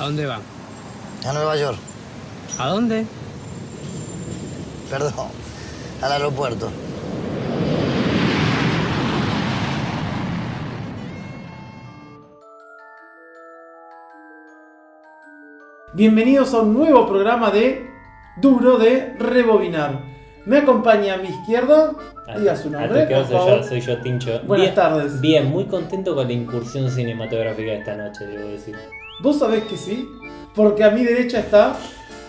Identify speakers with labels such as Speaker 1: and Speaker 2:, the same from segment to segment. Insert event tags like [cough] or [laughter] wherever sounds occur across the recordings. Speaker 1: ¿A dónde va?
Speaker 2: A Nueva York,
Speaker 1: ¿A dónde?
Speaker 2: perdón, al aeropuerto.
Speaker 3: Bienvenidos a un nuevo programa de Duro de Rebobinar. Me acompaña a mi izquierda,
Speaker 4: Ah,
Speaker 3: diga su nombre,
Speaker 5: Antes que
Speaker 3: por
Speaker 5: vos soy
Speaker 3: favor.
Speaker 5: yo, soy yo, Tincho.
Speaker 3: Buenas
Speaker 5: bien,
Speaker 3: tardes.
Speaker 5: Bien, muy contento con la incursión cinematográfica de esta noche, debo decir.
Speaker 3: Vos sabés que sí, porque a mi derecha está,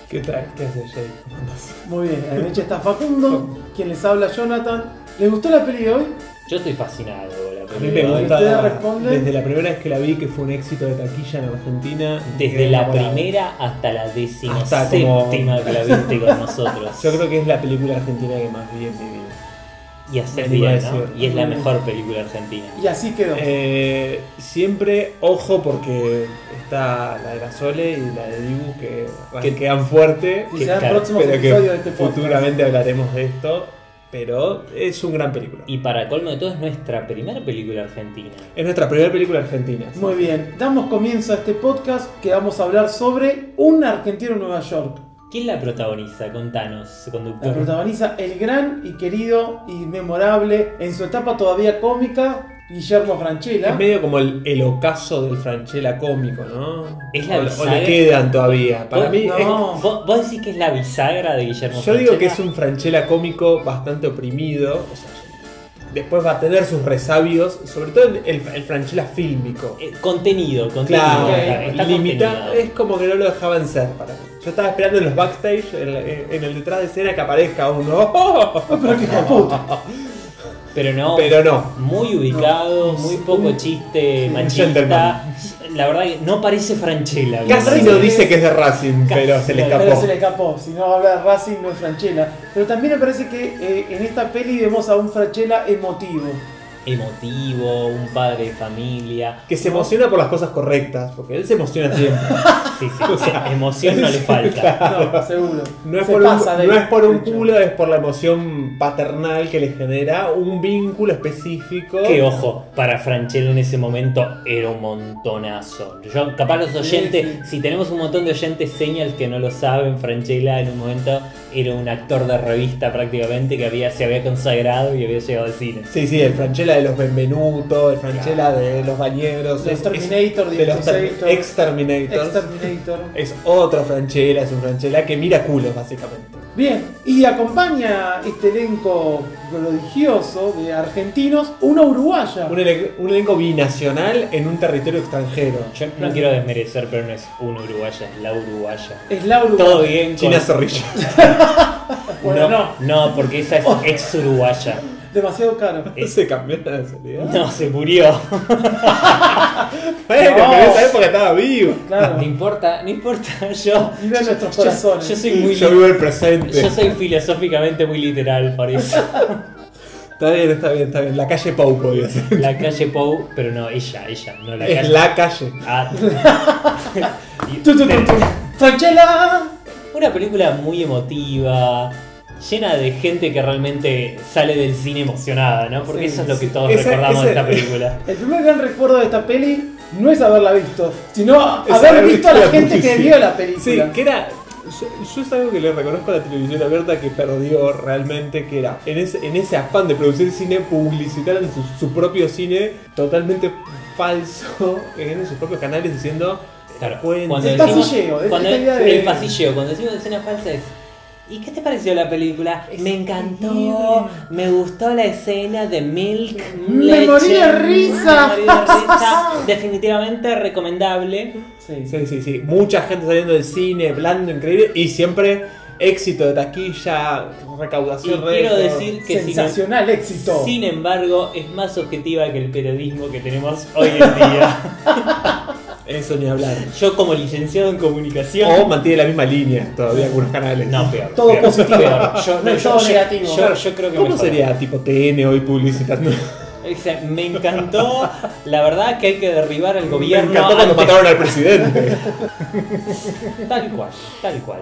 Speaker 4: ¿Qué tal? ¿Qué haces, Jake? ¿Cómo andás?
Speaker 3: muy bien, a la derecha está Facundo,
Speaker 4: [laughs]
Speaker 3: quien les habla Jonathan. ¿Les gustó la peli de hoy?
Speaker 5: Yo estoy fascinado con la
Speaker 4: A mí
Speaker 5: película.
Speaker 4: me
Speaker 3: ¿Y
Speaker 4: gusta
Speaker 3: ustedes responden?
Speaker 4: desde la primera vez que la vi que fue un éxito de taquilla en Argentina.
Speaker 5: Desde
Speaker 4: quedé
Speaker 5: la
Speaker 4: enamorado.
Speaker 5: primera hasta la décima
Speaker 4: Hasta como-
Speaker 5: séptima que la viste con nosotros.
Speaker 4: [laughs] Yo creo que es la película argentina que más vi en mi vida.
Speaker 5: y hacer
Speaker 4: me iba a
Speaker 5: bien, ¿no?
Speaker 4: decir. mm.
Speaker 5: Y es la mejor película argentina.
Speaker 3: Y así quedó.
Speaker 4: Eh, siempre, ojo, porque está la de la Sole y la de Dibu que,
Speaker 5: Que-
Speaker 4: que quedan fuerte.
Speaker 3: Si
Speaker 5: qué
Speaker 3: será el
Speaker 5: caro,
Speaker 3: próximo
Speaker 4: Pero
Speaker 3: episodio de este
Speaker 4: que
Speaker 3: podcast.
Speaker 4: futuramente hablaremos de esto. Pero es un gran película.
Speaker 5: Y para colmo de todo es nuestra primera película argentina.
Speaker 4: Es nuestra primera película argentina.
Speaker 3: Muy bien, damos comienzo a este podcast que vamos a hablar sobre un argentino en Nueva York.
Speaker 5: ¿Quién la protagoniza? Contanos,
Speaker 3: La
Speaker 5: conductor.
Speaker 3: protagoniza el gran y querido y memorable, en su etapa todavía cómica, Guillermo
Speaker 4: Es
Speaker 3: Franchella.
Speaker 4: medio como el, el ocaso del Franchella cómico, ¿no?
Speaker 5: Es la
Speaker 4: o, o
Speaker 5: bisagra.
Speaker 4: le quedan todavía. Para
Speaker 5: Vos-
Speaker 4: mí es
Speaker 3: no.
Speaker 5: ¿Vos, vos decís que es la bisagra de Guillermo
Speaker 4: Yo digo que
Speaker 5: Franchella?
Speaker 4: es un Franchella cómico bastante oprimido. o sea, después va a tener sus resabios, sobre todo el, el, el Franchella fílmico.
Speaker 5: Eh, contenido, contenido.
Speaker 4: Claro,
Speaker 5: está- está
Speaker 4: limitado.
Speaker 5: contenido.
Speaker 4: Es como que no lo dejaban ser para mí. Yo estaba esperando en los backstage, en, la- en el detrás de escena, que aparezca uno.
Speaker 3: [laughs]
Speaker 4: [laughs]
Speaker 3: Pero qué hijo de puta.
Speaker 5: Pero no,
Speaker 4: Pero no.
Speaker 5: muy ubicado, muy poco chiste machista.
Speaker 4: gentleman.
Speaker 5: La verdad que no parece Franchella. boludo.
Speaker 4: Casi no dice que es de Racing,
Speaker 5: Casi,
Speaker 4: pero se le
Speaker 5: pero
Speaker 3: Pero
Speaker 4: escapó.
Speaker 3: se le escapó, si no habla de Racing no es Franchella. Pero también me parece que eh, en esta peli vemos a un Franchella emotivo.
Speaker 5: Emotivo, un padre de familia.
Speaker 4: Que se emociona por las cosas correctas, porque él se emociona siempre.
Speaker 5: [laughs] Sí, sí, o sea, emoción no le falta.
Speaker 4: [laughs]
Speaker 3: No, seguro.
Speaker 4: No es,
Speaker 3: Se
Speaker 4: por un,
Speaker 3: pasa de-
Speaker 4: no es por un
Speaker 3: Franchella.
Speaker 4: culo, es por la emoción paternal que le genera un vínculo específico.
Speaker 5: Que ojo, para Franchella en ese momento era un montonazo. Yo, capaz los oyentes,
Speaker 3: Sí,
Speaker 5: si tenemos un montón de oyentes señal que no lo saben, Franchella en un momento era un actor de revista prácticamente que había, se había consagrado y había llegado al cine.
Speaker 4: Sí, sí, el Franchella de los Benvenuto, el Franchella de los Bañeros.
Speaker 3: De
Speaker 4: es-
Speaker 3: Exterminator,
Speaker 4: es-
Speaker 3: de
Speaker 4: de los ter-
Speaker 3: Exterminator.
Speaker 4: Exterminators.
Speaker 3: Exterminator.
Speaker 4: Es otro Franchella, es un Franchella que mira culos, básicamente.
Speaker 3: Bien, y acompaña este elenco prodigioso de argentinos, una uruguaya.
Speaker 4: Un, ele- un elenco binacional en un territorio extranjero.
Speaker 5: Yo no quiero desmerecer, pero no es una uruguaya, es la uruguaya.
Speaker 3: Es la uruguaya.
Speaker 5: Todo bien con-
Speaker 4: [laughs] China Zorrilla.
Speaker 3: Bueno,
Speaker 5: no, no, porque
Speaker 3: [laughs]
Speaker 5: esa es ex uruguaya.
Speaker 3: Demasiado caro.
Speaker 4: se cambió la nacionalidad.
Speaker 5: No, se murió.
Speaker 4: Bueno,
Speaker 3: No.
Speaker 4: pero en esa época estaba vivo.
Speaker 3: Claro.
Speaker 4: [laughs]
Speaker 5: No importa, no importa. Yo,
Speaker 3: Vive en nuestros
Speaker 5: yo-
Speaker 3: corazones.
Speaker 5: yo soy muy
Speaker 4: Yo vivo el presente.
Speaker 5: Yo soy filosóficamente muy literal, parece.
Speaker 4: Está bien, está bien, está bien. La calle Pau podía ser.
Speaker 5: La calle Pou, pero no, ella, ella, no la
Speaker 4: Es
Speaker 5: calle.
Speaker 4: la calle.
Speaker 3: [laughs]
Speaker 5: Ah. Y-
Speaker 3: Tu, tu, tu, tu. ¡Franchella!
Speaker 5: Una película muy emotiva, llena de gente que realmente sale del cine emocionada, ¿no? Porque
Speaker 3: Sí,
Speaker 5: eso es lo que
Speaker 4: sí.
Speaker 5: todos
Speaker 4: Esa-
Speaker 5: recordamos de
Speaker 4: esa-
Speaker 5: esta película.
Speaker 3: El primer gran recuerdo de esta peli no es haberla visto, sino
Speaker 4: Es
Speaker 3: haber visto a la gente que
Speaker 4: publicidad.
Speaker 3: vio la película.
Speaker 4: Sí, que era. Yo, yo es algo que le reconozco a la televisión abierta que perdió realmente, que era en ese, en ese afán de producir cine, publicitaron su, su propio cine totalmente falso [laughs] en sus propios canales diciendo.
Speaker 5: Claro,
Speaker 4: "Cuenten".
Speaker 5: cuando
Speaker 3: El
Speaker 5: decimos-
Speaker 3: pasilleo, es
Speaker 5: cuando
Speaker 3: esta idea de-
Speaker 5: el pasilleo, cuando decimos escena falsa es. ¿Y qué te pareció la película?
Speaker 3: Es
Speaker 5: me encantó,
Speaker 3: terrible.
Speaker 5: me gustó la escena de Milk.
Speaker 3: Me
Speaker 5: leche,
Speaker 3: morí de risa.
Speaker 5: me morí de risa. Definitivamente recomendable.
Speaker 3: Sí.
Speaker 4: Sí, sí, sí. Mucha gente saliendo del cine, blando, increíble, y siempre éxito de taquilla,
Speaker 5: Y
Speaker 4: recaudación
Speaker 5: quiero
Speaker 4: récord.
Speaker 5: decir que si no-
Speaker 3: Sensacional éxito.
Speaker 5: Sin embargo, es más objetiva que el periodismo que tenemos hoy en
Speaker 3: [laughs]
Speaker 5: día.
Speaker 4: Eso ni hablar.
Speaker 5: Yo como licenciado en comunicación...
Speaker 4: O mantiene la misma línea todavía algunos canales.
Speaker 5: no, peor.
Speaker 3: Todo
Speaker 5: peor,
Speaker 3: positivo.
Speaker 5: peor. Yo,
Speaker 3: No es todo negativo.
Speaker 5: Yo, yo creo que
Speaker 4: ¿Cómo
Speaker 5: mejor.
Speaker 4: sería tipo TN hoy [laughs] publicitando?
Speaker 5: O sea, Me encantó. La verdad que hay que derribar al gobierno.
Speaker 4: Me encantó cuando
Speaker 5: antes-
Speaker 4: mataron al presidente.
Speaker 5: Tal cual, tal cual.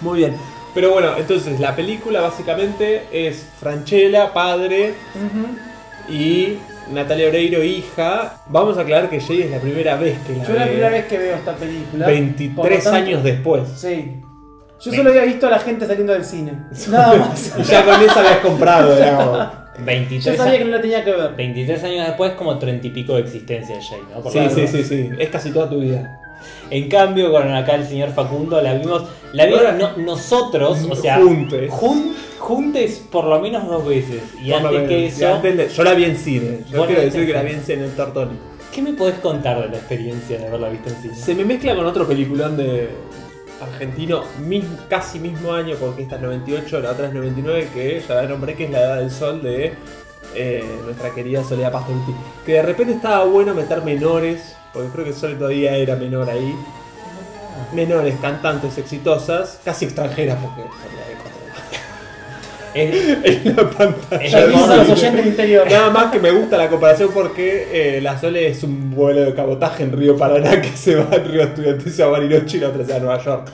Speaker 4: Muy bien. [laughs] Pero bueno, entonces la película básicamente es Franchella, padre
Speaker 3: Ujú.
Speaker 4: y Natalia Oreiro, hija. Vamos a aclarar que Jay es la primera vez que la
Speaker 3: Yo es la
Speaker 4: ve.
Speaker 3: primera vez que veo esta película. Por lo
Speaker 4: 23
Speaker 3: tanto-
Speaker 4: años después.
Speaker 3: Sí. Yo solo había visto a la gente saliendo del cine.
Speaker 4: [laughs]
Speaker 3: Nada más.
Speaker 4: Y ya con esa la has
Speaker 3: [laughs]
Speaker 4: comprado, digamos.
Speaker 5: 23,
Speaker 3: Yo sabía que no la tenía que ver.
Speaker 5: 23 años después, como 30 y pico de existencia de Jay, ¿no? Por
Speaker 4: Sí,
Speaker 5: la
Speaker 4: sí,
Speaker 5: verdad.
Speaker 4: sí, sí. Es casi toda tu vida.
Speaker 5: En cambio, con acá el señor Facundo la vimos. La
Speaker 4: Ahora-
Speaker 5: vimos no- nosotros, o sea.
Speaker 4: Juntes.
Speaker 5: jun- juntes por lo menos dos veces. Y
Speaker 4: Por lo
Speaker 5: antes que
Speaker 4: menos. Y
Speaker 5: eso.
Speaker 4: antes le- yo la vi en cine. Yo
Speaker 5: Vos la
Speaker 4: quiero
Speaker 5: viste
Speaker 4: decir
Speaker 5: en
Speaker 4: que la
Speaker 5: cine.
Speaker 4: vi en cine en Tartoni.
Speaker 5: ¿Qué me podés contar de la experiencia de haberla visto en cine?
Speaker 4: Se me mezcla con otro peliculón de argentino, mis- casi mismo año, porque esta es 98, la otra es 99, que ya la nombré, que es La Edad del Sol de eh, nuestra querida Soledad Pastoruti. Que de repente estaba bueno meter menores, porque creo que Sole todavía era menor ahí. Menores, cantantes exitosas, casi extranjeras, porque
Speaker 5: Es-
Speaker 4: [laughs] en la pantalla.
Speaker 5: Es
Speaker 3: Ya
Speaker 4: de
Speaker 5: hermoso.
Speaker 3: aviso a los
Speaker 4: cine.
Speaker 3: oyentes del interior.
Speaker 4: Nada más que me gusta la comparación porque eh, la Sole es un vuelo de cabotaje en Río Paraná que se va al Río Estudiantes a Bariloche y la otra se va a Nueva York.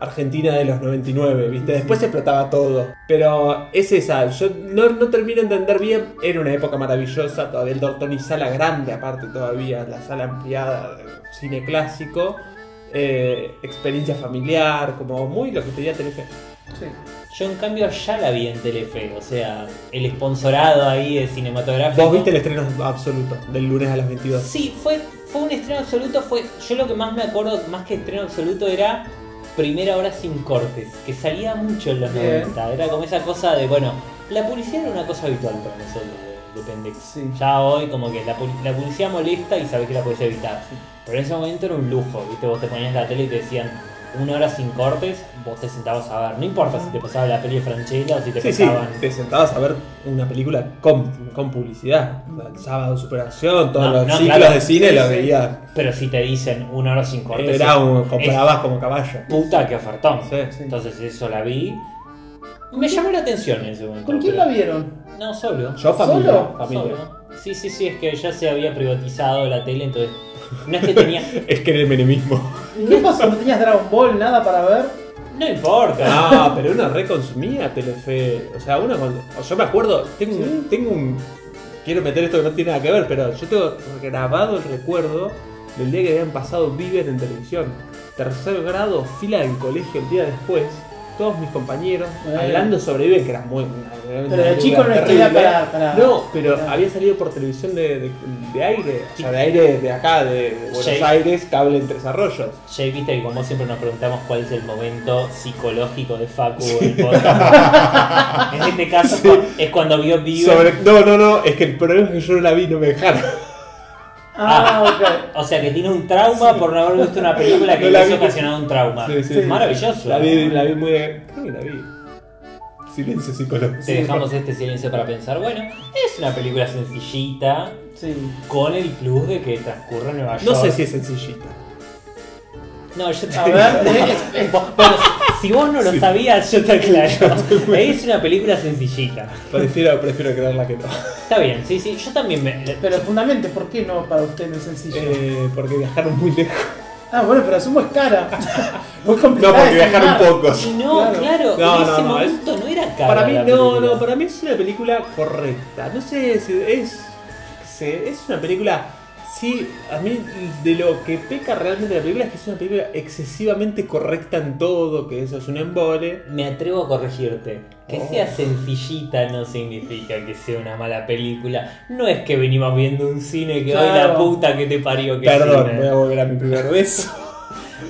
Speaker 4: Argentina de los 99, ¿viste? Después se explotaba todo. Pero es esa, yo no, no termino de entender bien. Era una época maravillosa, todavía el Dorton y sala grande aparte todavía, la sala ampliada, de cine clásico. eh, experiencia familiar, como muy lo que tenía Telefe.
Speaker 3: Sí.
Speaker 5: Yo en cambio ya la vi en Telefe, o sea, el esponsorado ahí de cinematográfico.
Speaker 4: Vos viste el estreno absoluto, del lunes a las 22.
Speaker 5: Sí, fue, fue un estreno absoluto, fue. Yo lo que más me acuerdo, más que estreno absoluto, era primera hora sin cortes, que salía mucho en los
Speaker 3: Bien.
Speaker 5: 90. Era como esa cosa de, bueno, la publicidad era una cosa habitual para nosotros de, de pendex.
Speaker 3: Sí.
Speaker 5: Ya hoy como que la, pu- la publicidad molesta y sabés que la podés evitar. Pero en ese momento era un lujo, viste, vos te ponías la tele y te decían una hora sin cortes, vos te sentabas a ver. No importa si te pasaba la peli de Franchella o si te
Speaker 4: Sí, sí,
Speaker 5: pasaban.
Speaker 4: te sentabas a ver una película con, con publicidad. O sea, el sábado superación, todos
Speaker 5: No,
Speaker 4: los
Speaker 5: no,
Speaker 4: ciclos
Speaker 5: claro.
Speaker 4: de cine
Speaker 3: Sí,
Speaker 4: los
Speaker 3: sí.
Speaker 4: veías.
Speaker 5: Pero si te dicen una hora sin cortes,
Speaker 4: Eh, Era un,
Speaker 5: es-
Speaker 4: comprabas como caballo.
Speaker 5: puta que ofertón.
Speaker 4: Sí.
Speaker 5: Entonces eso la vi. Me llamó la atención en ese momento.
Speaker 3: ¿Con quién
Speaker 5: pero-
Speaker 3: la vieron?
Speaker 5: No, solo.
Speaker 4: Yo familia,
Speaker 3: ¿Solo?
Speaker 4: familia.
Speaker 5: Solo. Sí, sí, sí, es que ya se había privatizado la tele, entonces. No es que
Speaker 4: [laughs]
Speaker 5: tenía.
Speaker 4: Es que era el menemismo.
Speaker 3: ¿Y qué pasó? ¿No tenías Dragon Ball nada para ver?
Speaker 5: No importa.
Speaker 4: Ah, pero uno reconsumía Telefe. O sea, uno cuando. o Yo me acuerdo, tengo, un- tengo un. Quiero meter esto que no tiene nada que ver, pero yo tengo grabado el recuerdo del día que habían pasado Viven en televisión. Tercer grado, fila del colegio el día después. Todos mis compañeros
Speaker 3: Eh.
Speaker 4: hablando sobre Viven, que era muy.
Speaker 3: Pero de chico no era para- para-
Speaker 4: No, pero
Speaker 3: para-
Speaker 4: había salido por televisión de, de- de aire. O sea, de aire de acá, de, de Buenos
Speaker 5: Sí.
Speaker 4: Aires, cable en Tres Arroyos.
Speaker 5: Jay, viste que como siempre nos preguntamos cuál es el momento psicológico de Facu en
Speaker 4: [laughs]
Speaker 5: el podcast. en este caso es cuando vio Vive.
Speaker 4: Sobre- no, no, no, es que el problema es que yo no la vi, no me dejaron.
Speaker 3: Ah, ok.
Speaker 5: O sea que tiene un trauma por no haber visto una película que
Speaker 4: [laughs] No
Speaker 5: le
Speaker 4: la
Speaker 5: hubiese
Speaker 4: vi.
Speaker 5: ocasionado un trauma.
Speaker 4: Sí, sí.
Speaker 5: Maravilloso.
Speaker 4: La vi, la vi muy. Creo que la vi. Silencio psicológico.
Speaker 5: Te dejamos este silencio para pensar. Bueno, es una película sencillita,
Speaker 3: Sí.
Speaker 5: con el plus de que transcurre en Nueva York.
Speaker 4: No sé si es sencillita.
Speaker 5: No, yo te
Speaker 3: A
Speaker 4: [laughs]
Speaker 3: ver,
Speaker 5: Vos- bueno, si vos no lo sabías, yo te
Speaker 4: [laughs]
Speaker 5: aclaro. Es una película sencillita.
Speaker 4: Prefiero, prefiero creerla [laughs] que no.
Speaker 5: Está bien, sí, sí. Yo también me.
Speaker 3: pero fundamente, ¿por qué no para usted no es sencillo?
Speaker 4: Eh, porque viajaron muy lejos.
Speaker 3: Ah, bueno, pero asumo es
Speaker 4: [laughs]
Speaker 3: cara. Muy
Speaker 4: No,
Speaker 3: complicado.
Speaker 4: porque viajaron
Speaker 5: Y
Speaker 4: pocos.
Speaker 5: no,
Speaker 3: Claro.
Speaker 5: claro,
Speaker 4: No,
Speaker 5: en
Speaker 4: no,
Speaker 5: ese
Speaker 4: no, es-
Speaker 5: momento no era cara.
Speaker 4: Para mí,
Speaker 5: la
Speaker 4: no,
Speaker 5: película.
Speaker 4: no, para mí es una película correcta. No sé si es. qué sé, es una película. Sí, a mí de lo que peca realmente la película es que es una película excesivamente correcta en todo, que eso es un embole.
Speaker 5: Me atrevo a corregirte. Que
Speaker 4: Oh.
Speaker 5: sea sencillita no significa que sea una mala película. No es que venimos viendo un cine que hoy la
Speaker 3: Claro.
Speaker 5: puta que te parió que
Speaker 4: Perdón,
Speaker 5: cine.
Speaker 4: voy a volver a mi primer beso. [laughs]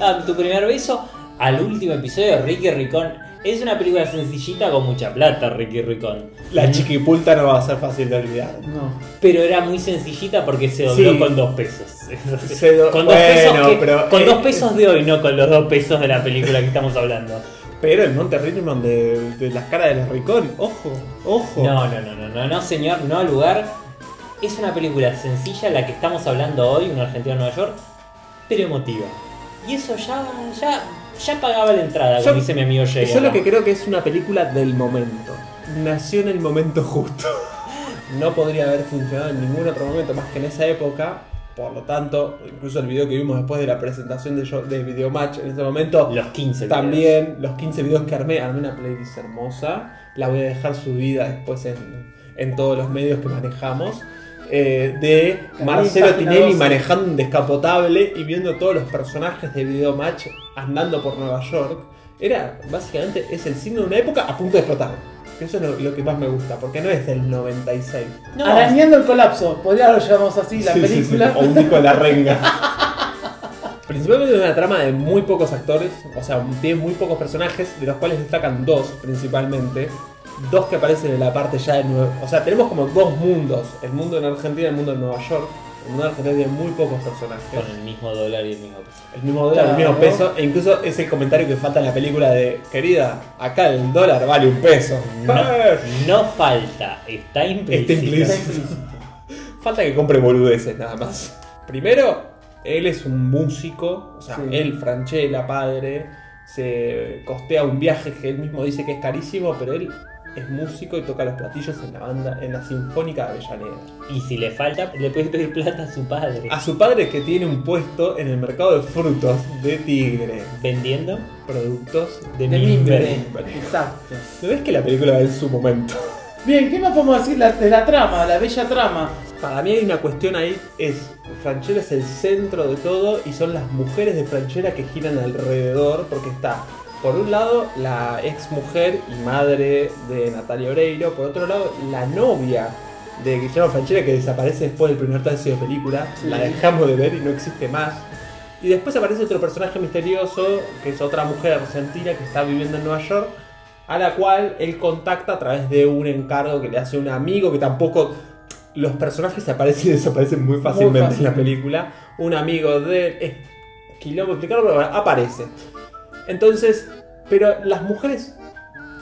Speaker 5: Ah, tu primer beso al último episodio de Ricky Ricón. Es una película sencillita con mucha plata, Ricky Ricón.
Speaker 4: La chiquipulta no va a ser fácil de olvidar.
Speaker 3: No.
Speaker 5: Pero era muy sencillita porque se dobló
Speaker 4: Sí.
Speaker 5: con dos pesos.
Speaker 4: [laughs] Se do-
Speaker 5: con dos, pesos
Speaker 4: bueno,
Speaker 5: que-
Speaker 4: pero,
Speaker 5: con
Speaker 4: eh,
Speaker 5: dos pesos de hoy, no con los dos pesos de la película que estamos
Speaker 4: [laughs]
Speaker 5: hablando.
Speaker 4: Pero el Monte Richmond de, de las caras de los Ricón, ojo, ojo.
Speaker 5: No, no, no, no, no, no, señor, no lugar. Es una película sencilla la que estamos hablando hoy, un argentino en Nueva York, pero emotiva. Y eso ya, ya, ya pagaba la entrada,
Speaker 4: Yo-
Speaker 5: como dice mi amigo Jay.
Speaker 4: Yo lo
Speaker 5: acá.
Speaker 4: que creo que es una película del momento. Nació en el momento justo. No podría haber funcionado en ningún otro momento más que en esa época. Por lo tanto, incluso el video que vimos después de la presentación de, yo- de Videomatch en ese momento.
Speaker 5: Los 15 videos.
Speaker 4: También los 15 videos que armé, armé una playlist hermosa. La voy a dejar subida después en, en todos los medios que manejamos. eh, de
Speaker 3: Carlín,
Speaker 4: Marcelo
Speaker 3: página
Speaker 4: Tinelli
Speaker 3: 12.
Speaker 4: manejando un descapotable y viendo todos los personajes de Videomatch andando por Nueva York. Era, básicamente, es el signo de una época a punto de explotar. Que eso es lo, lo que más me gusta, porque no es del 96.
Speaker 5: No.
Speaker 3: Arañando el colapso, podría lo llamamos así la
Speaker 4: Sí, sí, sí,
Speaker 3: película.
Speaker 4: O un disco de la renga. [laughs] Principalmente es una trama de muy pocos actores, o sea, tiene muy pocos personajes, de los cuales destacan dos principalmente. Dos que aparecen en la parte ya de Nueva... O sea, tenemos como dos mundos. El mundo en Argentina y el mundo en Nueva York. El mundo en Argentina tiene muy pocos
Speaker 5: Con
Speaker 4: personajes.
Speaker 5: el mismo dólar y el mismo peso.
Speaker 4: El mismo dólar, el mismo
Speaker 3: Claro.
Speaker 4: peso. E incluso es el comentario que falta en la película de... Querida, acá el dólar vale un peso.
Speaker 5: No,
Speaker 4: Eh,
Speaker 5: no falta, está implícito.
Speaker 4: Está implícito. Este [laughs] Falta que compre boludeces nada más. Primero, él es un músico, o sea,
Speaker 3: Sí.
Speaker 4: él, Franchella, padre, se costea un viaje que él mismo dice que es carísimo, pero él es músico y toca los platillos en la banda, en la Sinfónica de Avellaneda.
Speaker 5: Y si le falta, le puedes pedir plata a su padre.
Speaker 4: A su padre que tiene un puesto en el mercado de frutos de Tigre,
Speaker 5: Vendiendo
Speaker 4: productos
Speaker 5: de,
Speaker 3: De
Speaker 5: mimbre.
Speaker 3: mimbre. Exacto.
Speaker 4: ¿No ves que la película va en su momento?
Speaker 3: Bien, ¿qué más podemos decir la- de la trama, la bella trama?
Speaker 4: Para mí hay una cuestión ahí, es Franchella es el centro de todo y son las mujeres de Franchella que giran alrededor porque está, por un lado, la ex mujer y madre de Natalia Oreiro, por otro lado, la novia de Guillermo Franchella que desaparece después del primer tercio de película,
Speaker 3: Sí.
Speaker 4: la dejamos de ver y no existe más. Y después aparece otro personaje misterioso, que es otra mujer argentina que está viviendo en Nueva York, a la cual él contacta a través de un encargo que le hace un amigo que tampoco... Los personajes aparecen y desaparecen muy fácilmente en la
Speaker 3: fácil.
Speaker 4: película. Un amigo de él... Es quilombo explicarlo, pero bueno, aparece. Entonces, pero las mujeres...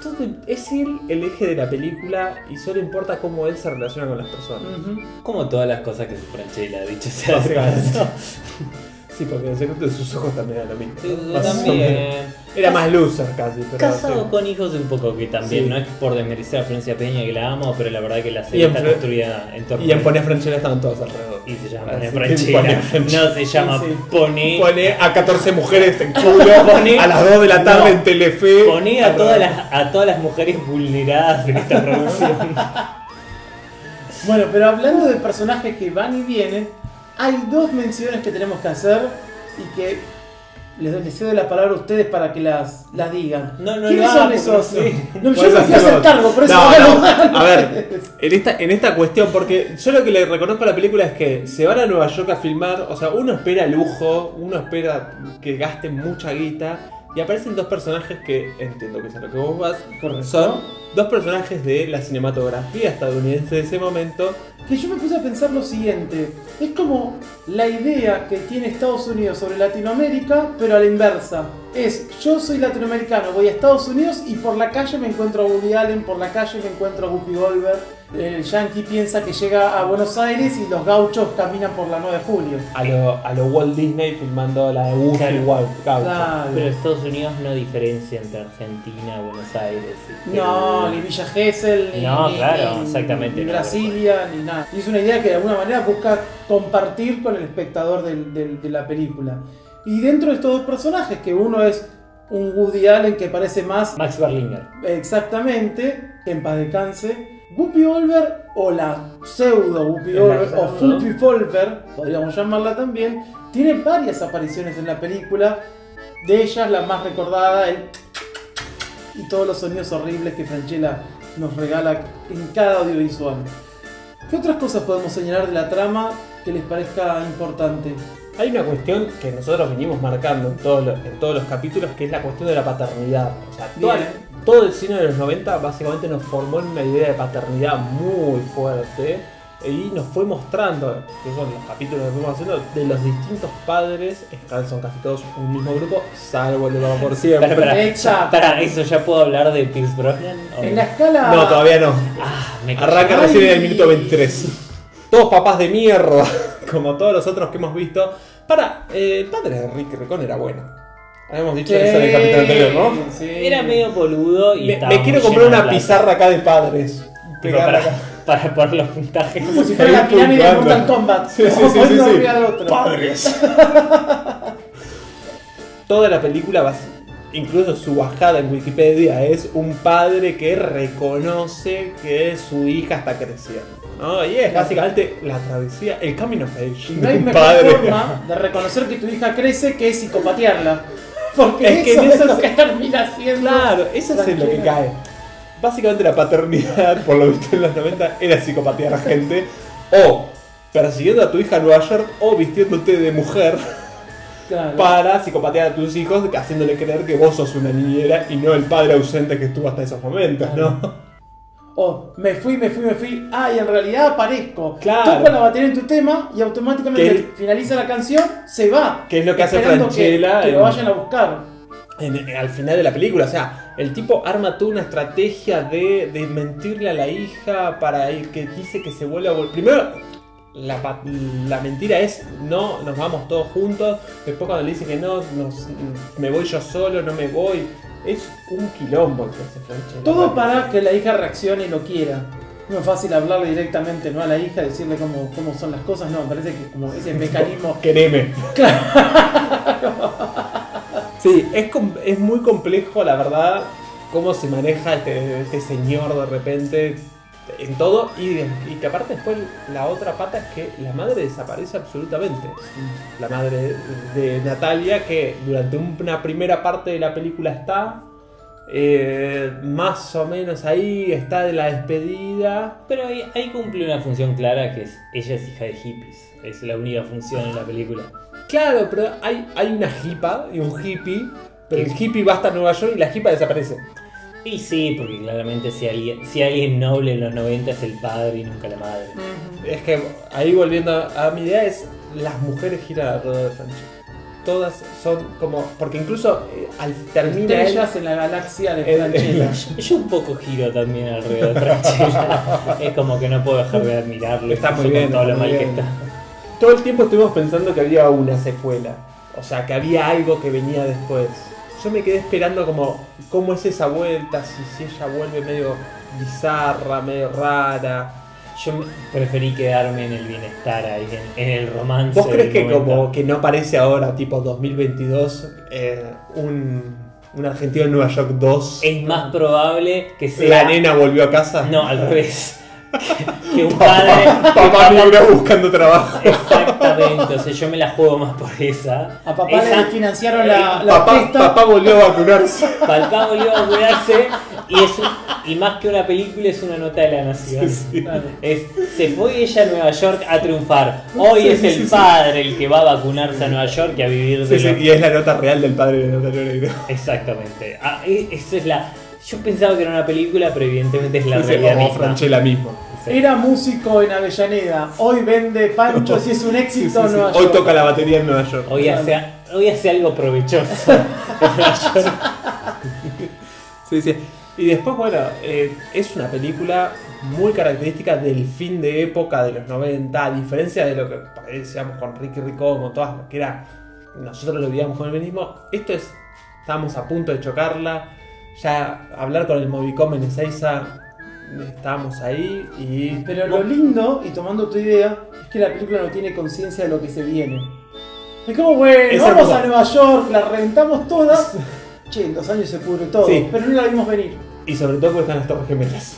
Speaker 4: todo- es él el eje de la película y solo importa cómo él se relaciona con las personas.
Speaker 3: Ujú.
Speaker 5: Como todas las cosas que su Franchella ha dicho
Speaker 4: [laughs]
Speaker 5: sea de
Speaker 4: Básicamente.
Speaker 5: paso.
Speaker 4: Sí, porque el secreto de sus ojos también era lo mismo.
Speaker 5: Sí,
Speaker 4: ¿no? Más o menos.
Speaker 5: También.
Speaker 4: Era más loser casi, pero.
Speaker 5: Casado
Speaker 4: sí.
Speaker 5: con hijos un poco que también,
Speaker 4: Sí.
Speaker 5: no es por desmerecer a Florencia Peña que la amo, pero la verdad que la
Speaker 4: Y
Speaker 5: serie
Speaker 4: en
Speaker 5: está
Speaker 4: Fre-
Speaker 5: construida en torno
Speaker 4: Y en
Speaker 5: a-
Speaker 4: Pone Franchella estaban todos alrededor.
Speaker 5: y se llama
Speaker 4: Así
Speaker 5: Pone
Speaker 4: que
Speaker 5: Franchella.
Speaker 4: Pone Franchella.
Speaker 5: No se llama
Speaker 3: Sí, sí.
Speaker 5: Pone.
Speaker 4: Pone a 14
Speaker 5: [laughs]
Speaker 4: mujeres en culo
Speaker 5: Pone-
Speaker 4: a las 2 de la tarde
Speaker 5: No.
Speaker 4: en Telefe.
Speaker 5: Pone a todas
Speaker 4: Alrededor.
Speaker 5: las a todas las mujeres vulneradas en esta producción.
Speaker 3: Bueno, pero hablando de personajes que van y vienen, hay dos menciones que tenemos que hacer y que les, doy- les cedo la palabra a ustedes para que las, las digan.
Speaker 5: No, no,
Speaker 3: ¿Quiénes
Speaker 5: no,
Speaker 3: son
Speaker 5: porque
Speaker 3: esos?
Speaker 5: no sé.
Speaker 3: No, yo
Speaker 4: Podés
Speaker 3: no fui a
Speaker 4: hacerlo.
Speaker 3: hacer cargo, por eso
Speaker 4: No,
Speaker 3: no,
Speaker 4: no,
Speaker 3: hablo.
Speaker 4: A ver, en esta, en esta cuestión, porque yo lo que le reconozco a la película es que se van a Nueva York a filmar, o sea, uno espera lujo, uno espera que gasten mucha guita, y aparecen dos personajes que, entiendo que es a lo que vos vas,
Speaker 3: Correcto.
Speaker 4: son dos personajes de la cinematografía estadounidense de ese momento,
Speaker 3: Que yo me puse a pensar lo siguiente. Es como la idea que tiene Estados Unidos sobre Latinoamérica, pero a la inversa. Es, yo soy latinoamericano, voy a Estados Unidos y por la calle me encuentro a Woody Allen, por la calle me encuentro a Whoopi Goldberg. El yankee piensa que llega a Buenos Aires y los gauchos caminan por la 9 de julio.
Speaker 4: a lo, a lo Walt Disney filmando la de Goofy
Speaker 5: Claro.
Speaker 4: Wild Gaucho.
Speaker 3: Claro.
Speaker 5: [laughs] Pero Estados Unidos no diferencia entre Argentina, Buenos Aires. y
Speaker 3: No,
Speaker 5: Perú.
Speaker 3: ni Villa Gesell, ni,
Speaker 5: No,
Speaker 3: ni-
Speaker 5: claro,
Speaker 3: ni-
Speaker 5: exactamente,
Speaker 3: ni
Speaker 5: no,
Speaker 3: Brasilia, ni nada. Y es una idea que de alguna manera busca compartir con el espectador del- del- de la película. Y dentro de estos dos personajes, que uno es un Woody Allen que parece más
Speaker 5: Max Berlinger.
Speaker 3: exactamente, que en paz descanse, Whoopi Olver o la pseudo Whoopi
Speaker 5: La
Speaker 3: Olver o
Speaker 5: pseudo.
Speaker 3: Whoopi Folver, podríamos llamarla también, tiene varias apariciones en la película. De ellas, la más recordada, el y todos los sonidos horribles que Franchella nos regala en cada audiovisual. ¿Qué otras cosas podemos señalar de la trama que les parezca importante?
Speaker 4: Hay una cuestión que nosotros venimos marcando en todos los, en todos los capítulos, que es la cuestión de la paternidad. O sea, toda-
Speaker 3: Bien.
Speaker 4: todo el cine de los 90 básicamente nos formó en una idea de paternidad muy fuerte y nos fue mostrando, que son los capítulos que fuimos haciendo, de los distintos padres, están, son casi todos un mismo grupo, salvo el de Vamos por siempre.
Speaker 5: Pará, pará,
Speaker 3: Exacto.
Speaker 5: pará, eso ya puedo hablar de Pierce Brosnan. ¿O
Speaker 3: En
Speaker 5: no?
Speaker 3: la escala.
Speaker 4: No, todavía no.
Speaker 5: Ah, me cayó.
Speaker 4: Arranca
Speaker 3: Ay.
Speaker 4: recién en el minuto 23. Todos papás de mierda, [laughs] como todos los otros que hemos visto. Para, eh, el padre de Rick Recon era bueno. Habíamos dicho eso en el capítulo anterior, ¿no?
Speaker 3: Sí.
Speaker 5: Era medio boludo y
Speaker 4: Me,
Speaker 5: estaba
Speaker 4: me
Speaker 5: muy
Speaker 4: quiero comprar
Speaker 5: lleno de
Speaker 4: una
Speaker 5: plata.
Speaker 4: pizarra acá de padres.
Speaker 5: Tipo,
Speaker 4: Pegarla
Speaker 5: para,
Speaker 4: acá.
Speaker 5: [laughs] para poner los puntajes.
Speaker 3: Como si fuera la
Speaker 4: Ahí
Speaker 3: pirámide de
Speaker 4: puntuando.
Speaker 3: Mortal Kombat.
Speaker 4: Sí, sí, sí,
Speaker 3: Uno
Speaker 4: sí, sí.
Speaker 3: arriba del otro.
Speaker 4: Padres. Toda la película bas- incluso su bajada en Wikipedia es un padre que reconoce que su hija está creciendo. ¿no? Y es básicamente la travesía, el coming of age.
Speaker 3: No hay
Speaker 4: de un
Speaker 3: mejor
Speaker 4: padre.
Speaker 3: forma de reconocer que tu hija crece que es psicopatearla. Porque
Speaker 4: Es que
Speaker 3: eso
Speaker 4: en
Speaker 3: es
Speaker 4: esas-
Speaker 3: lo que termina haciendo.
Speaker 4: Claro, eso es en lo que
Speaker 3: Tranquila.
Speaker 4: cae. Básicamente la paternidad, por lo visto en los 90, era psicopatear a gente. O persiguiendo a tu hija a Nueva York o vistiéndote de mujer
Speaker 3: Claro.
Speaker 4: para psicopatear a tus hijos, haciéndole creer que vos sos una niñera y no el padre ausente que estuvo hasta esos momentos, ¿no?
Speaker 3: O Oh, me fui, me fui, me fui. Ah, y en realidad aparezco.
Speaker 4: Claro.
Speaker 3: Toco la batería en tu tema y automáticamente
Speaker 4: Que-
Speaker 3: finaliza la canción, se va.
Speaker 4: Que es lo que hace
Speaker 3: Esperando que-
Speaker 4: Franchella
Speaker 3: Que,
Speaker 4: en-
Speaker 3: lo vayan a buscar.
Speaker 4: En- en- al final de la película, o sea, el tipo arma toda una estrategia de, de mentirle a la hija para el que dice que se vuelve a vol- Primero, la, pa- la mentira es no, nos vamos todos juntos. Después cuando le dice que no, nos- me voy yo solo, no me voy. Es un quilombo el que hace Franchella.
Speaker 3: Todo para que la hija reaccione y lo quiera. No es fácil hablarle directamente ¿no? a la hija, decirle cómo, cómo son las cosas. No, me parece que como
Speaker 4: [laughs]
Speaker 3: ese mecanismo.
Speaker 4: Quereme. Sí, es, com- es muy complejo, la verdad, cómo se maneja este, este señor de repente en todo. Y, y que aparte después la otra pata es que la madre desaparece absolutamente. La madre de Natalia, que durante una primera parte de la película está... eh, más o menos ahí está de la despedida.
Speaker 5: Pero ahí, ahí cumple una función clara que es ella es hija de hippies. Es la única función en la película.
Speaker 4: Claro, pero hay, hay una hipa y un hippie, pero el hippie va hasta Nueva York y la hipa desaparece.
Speaker 5: Y sí, porque claramente si alguien, si alguien noble en los 90 es el padre y nunca la madre.
Speaker 4: Es que ahí volviendo a, a mi idea es, las mujeres giran alrededor de Sancho. Todas son como, porque incluso eh, al termina él, Eh,
Speaker 3: Estrellas en la galaxia de
Speaker 4: el-
Speaker 3: Franchella.
Speaker 5: Yo- Yo un poco giro también alrededor
Speaker 3: [laughs]
Speaker 5: de Franchella. es como que no puedo dejar de admirarlo.
Speaker 4: Está
Speaker 5: incluso
Speaker 4: muy
Speaker 5: con
Speaker 4: bien,
Speaker 5: Todo
Speaker 4: está
Speaker 5: lo
Speaker 4: muy
Speaker 5: mal que
Speaker 4: bien.
Speaker 5: está.
Speaker 4: todo el tiempo estuvimos pensando que había una secuela, o sea, que había algo que venía después. Yo me quedé esperando como, ¿cómo es esa vuelta? Si, si ella vuelve medio bizarra, medio rara.
Speaker 5: Yo me- preferí quedarme en el bienestar ahí, en, en el romance.
Speaker 4: ¿Vos
Speaker 5: del
Speaker 4: crees que
Speaker 5: momento.
Speaker 4: como que no aparece ahora, tipo 2022, eh, un, un argentino en Nueva York 2?
Speaker 5: Es más probable que sea.
Speaker 4: La nena volvió a casa. [laughs]
Speaker 5: No, al revés. que, que un padre.
Speaker 4: Papá libre
Speaker 5: [laughs]
Speaker 4: buscando trabajo.
Speaker 5: Exactamente, o sea, yo me la juego más por esa.
Speaker 3: A papá
Speaker 5: Esa-
Speaker 3: le financiaron la, la
Speaker 4: eh, papá,
Speaker 3: orquesta.
Speaker 4: papá volvió
Speaker 5: [laughs]
Speaker 4: a vacunarse.
Speaker 5: Falcao volvió a curarse y, es un- y más que una película es una nota de la nación.
Speaker 3: Claro.
Speaker 5: Es, se fue ella a Nueva York a triunfar. Hoy
Speaker 4: Sí,
Speaker 5: es
Speaker 4: sí,
Speaker 5: el
Speaker 4: sí, sí.
Speaker 5: padre el que va a vacunarse a Nueva York y a vivir de
Speaker 4: Sí, sí,
Speaker 5: lo-
Speaker 4: y es la nota real del padre de Natalia Oreiro.
Speaker 5: Exactamente. Ah, e- esa es la. Yo pensaba que era una película, pero evidentemente
Speaker 4: [laughs]
Speaker 5: es la
Speaker 4: Sí, sí,
Speaker 5: realidad
Speaker 4: como
Speaker 5: misma.
Speaker 4: Franchella mismo.
Speaker 5: Sí.
Speaker 3: Era músico en Avellaneda. Hoy vende panchos y es un
Speaker 4: [laughs] Sí, sí,
Speaker 3: éxito en
Speaker 4: sí.
Speaker 3: Nueva
Speaker 4: Hoy
Speaker 3: York.
Speaker 4: toca la batería en Nueva York.
Speaker 5: Hoy hace, hoy hace algo
Speaker 4: [laughs]
Speaker 5: provechoso.
Speaker 4: Sí, sí. Y después, bueno, eh, es una película muy característica del fin de época de los 90, a diferencia de lo que parecíamos con Ricky Ricón, con todas, que era, nosotros lo vivíamos con el mismo, esto es, estábamos a punto de chocarla, ya hablar con el Movicom en Ezeiza, estábamos ahí y...
Speaker 3: Pero lo lindo, y tomando tu idea, es que la película no tiene conciencia de lo que se viene. Es como, bueno,
Speaker 4: Es
Speaker 3: vamos
Speaker 4: hermosa.
Speaker 3: a Nueva York, la reventamos
Speaker 4: [laughs]
Speaker 3: todas. Che, en dos años se pudre todo,
Speaker 4: Sí.
Speaker 3: pero no la vimos venir.
Speaker 4: Y sobre todo porque están las Torres Gemelas.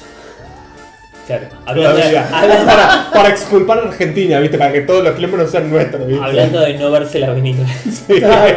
Speaker 5: Claro, hablando, de,
Speaker 4: Todavía.
Speaker 5: habla-
Speaker 4: para, para exculpar a Argentina, ¿viste? Para que todos los clímanos sean nuestros, ¿viste?
Speaker 5: hablando de no verse la venir. [laughs]
Speaker 4: Sí.
Speaker 3: Claro.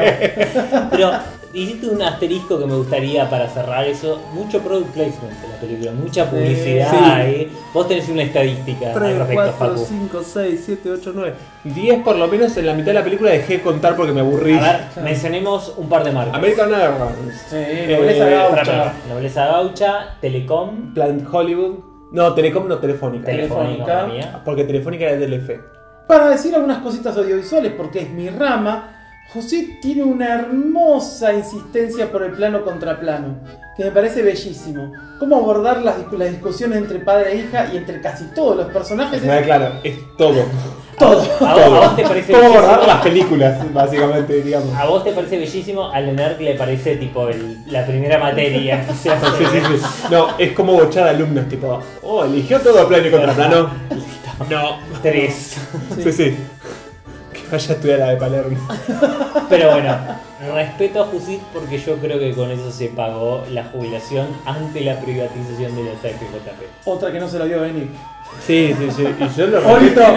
Speaker 5: Pero hiciste un asterisco que me gustaría para cerrar eso. Mucho product placement en la película, mucha publicidad.
Speaker 4: Sí.
Speaker 5: ahí. Vos tenés una estadística al
Speaker 4: 3,
Speaker 5: respecto,
Speaker 4: 4,
Speaker 5: Facu.
Speaker 4: 5, 6, 7, 8, 9. 10 por lo menos en la mitad de la película dejé contar porque me aburrí.
Speaker 5: A ver, mencionemos un par de marcas.
Speaker 4: American Airlines.
Speaker 3: Sí, nobleza
Speaker 4: Eh,
Speaker 5: Pará,
Speaker 3: gaucha.
Speaker 5: pará, pará. Nobleza Gaucha, Telecom,
Speaker 4: Planet Hollywood. No, Telecom no Telefónica.
Speaker 5: Telefónica,
Speaker 3: Telefónica.
Speaker 5: la
Speaker 3: [laughs]
Speaker 5: mía.
Speaker 4: Porque Telefónica era del F.
Speaker 3: Para decir algunas cositas audiovisuales, porque es mi rama, José tiene una hermosa insistencia por el plano contra plano, que me parece bellísimo. Cómo abordar las, discu- las discusiones entre padre e hija y entre casi todos los personajes.
Speaker 4: Me da claro, es todo.
Speaker 3: Todo.
Speaker 5: ¿A vos, a
Speaker 4: todo.
Speaker 5: vos te parece
Speaker 4: Todo
Speaker 5: bellísimo?
Speaker 4: borrar las películas, básicamente, digamos.
Speaker 5: A vos te parece bellísimo, a Leonard le parece tipo el- la
Speaker 3: [laughs]
Speaker 5: primera materia [laughs] que se hace.
Speaker 4: Sí, sí, sí. No, es como bochar de alumnos, tipo, oh, eligió todo plano y contraplano. No.
Speaker 5: Tres.
Speaker 4: Sí, sí. Vaya a estudiar la de Palermo.
Speaker 5: Pero bueno, respeto a Jusit porque yo creo que con eso se pagó la jubilación ante la privatización de la FJP.
Speaker 3: Otra que no se la vio venir.
Speaker 4: Sí, sí, sí. Y yo lo
Speaker 3: Ahorita,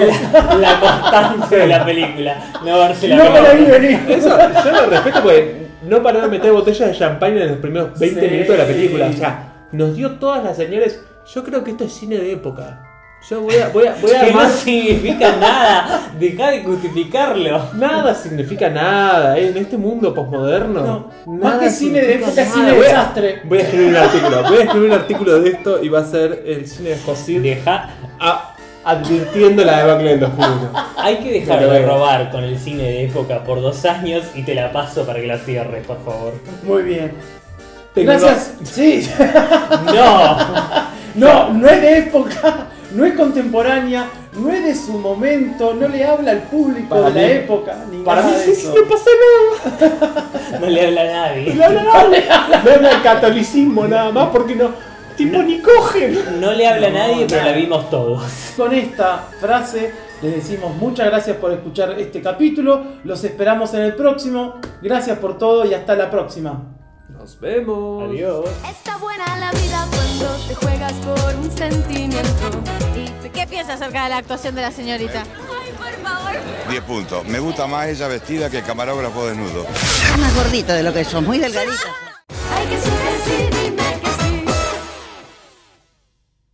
Speaker 5: La constancia de la película, no darse la
Speaker 3: no me la vi
Speaker 5: pelota.
Speaker 3: venir.
Speaker 4: Eso, yo lo respeto porque no pararon de meter botellas de champagne en los primeros 20
Speaker 3: Sí.
Speaker 4: minutos de la película. O sea, nos dio todas las señales. Yo creo que esto es cine de época. Yo voy a, voy a,
Speaker 3: [laughs]
Speaker 4: voy a
Speaker 5: Que no
Speaker 4: armar-
Speaker 5: significa nada, deja de justificarlo.
Speaker 4: Nada significa nada, ¿eh? en este mundo posmoderno.
Speaker 3: No,
Speaker 4: nada
Speaker 3: más que cine de época,
Speaker 4: significa
Speaker 3: cine
Speaker 4: nada.
Speaker 3: de
Speaker 4: Voy a-
Speaker 3: desastre.
Speaker 4: Voy a escribir un artículo, voy a escribir un artículo de esto y va a ser el cine de José
Speaker 5: Deja,
Speaker 4: a- advirtiendo la debacle del 2001.
Speaker 5: hay que dejar
Speaker 4: Bueno,
Speaker 5: de
Speaker 4: bueno.
Speaker 5: robar con el cine de época por dos años y te la paso para que la cierres, por favor.
Speaker 3: Muy bien.
Speaker 4: Tengo
Speaker 3: Gracias. Sí. [laughs]
Speaker 5: No,
Speaker 3: No, no es de época, no es contemporánea, no es de su momento, no le habla al público
Speaker 4: Para
Speaker 3: de la
Speaker 4: mí-
Speaker 3: época. Ni
Speaker 4: Para mí
Speaker 3: nada de
Speaker 4: [laughs] sí,
Speaker 3: eso.
Speaker 4: no pasa nada.
Speaker 5: no le habla a nadie.
Speaker 4: No, no, no, no, no habla el catolicismo nada más porque no. Tipo ni cogen.
Speaker 5: No le habla a
Speaker 3: No,
Speaker 5: nadie, pero
Speaker 3: nada.
Speaker 5: la vimos todos.
Speaker 3: Con esta frase les decimos muchas gracias por escuchar este capítulo, los esperamos en el próximo, gracias por todo y hasta la próxima.
Speaker 4: Nos vemos.
Speaker 5: Adiós.
Speaker 1: Está buena la vida cuando te juegas por un sentimiento. Y te-
Speaker 6: ¿Qué piensa acerca de la actuación de la señorita?
Speaker 1: Ay, por favor.
Speaker 7: 10 puntos. Me gusta más ella vestida que el camarógrafo desnudo.
Speaker 8: Es más gordito de lo que sos, muy delgadito.
Speaker 1: Hay que ser así, dime.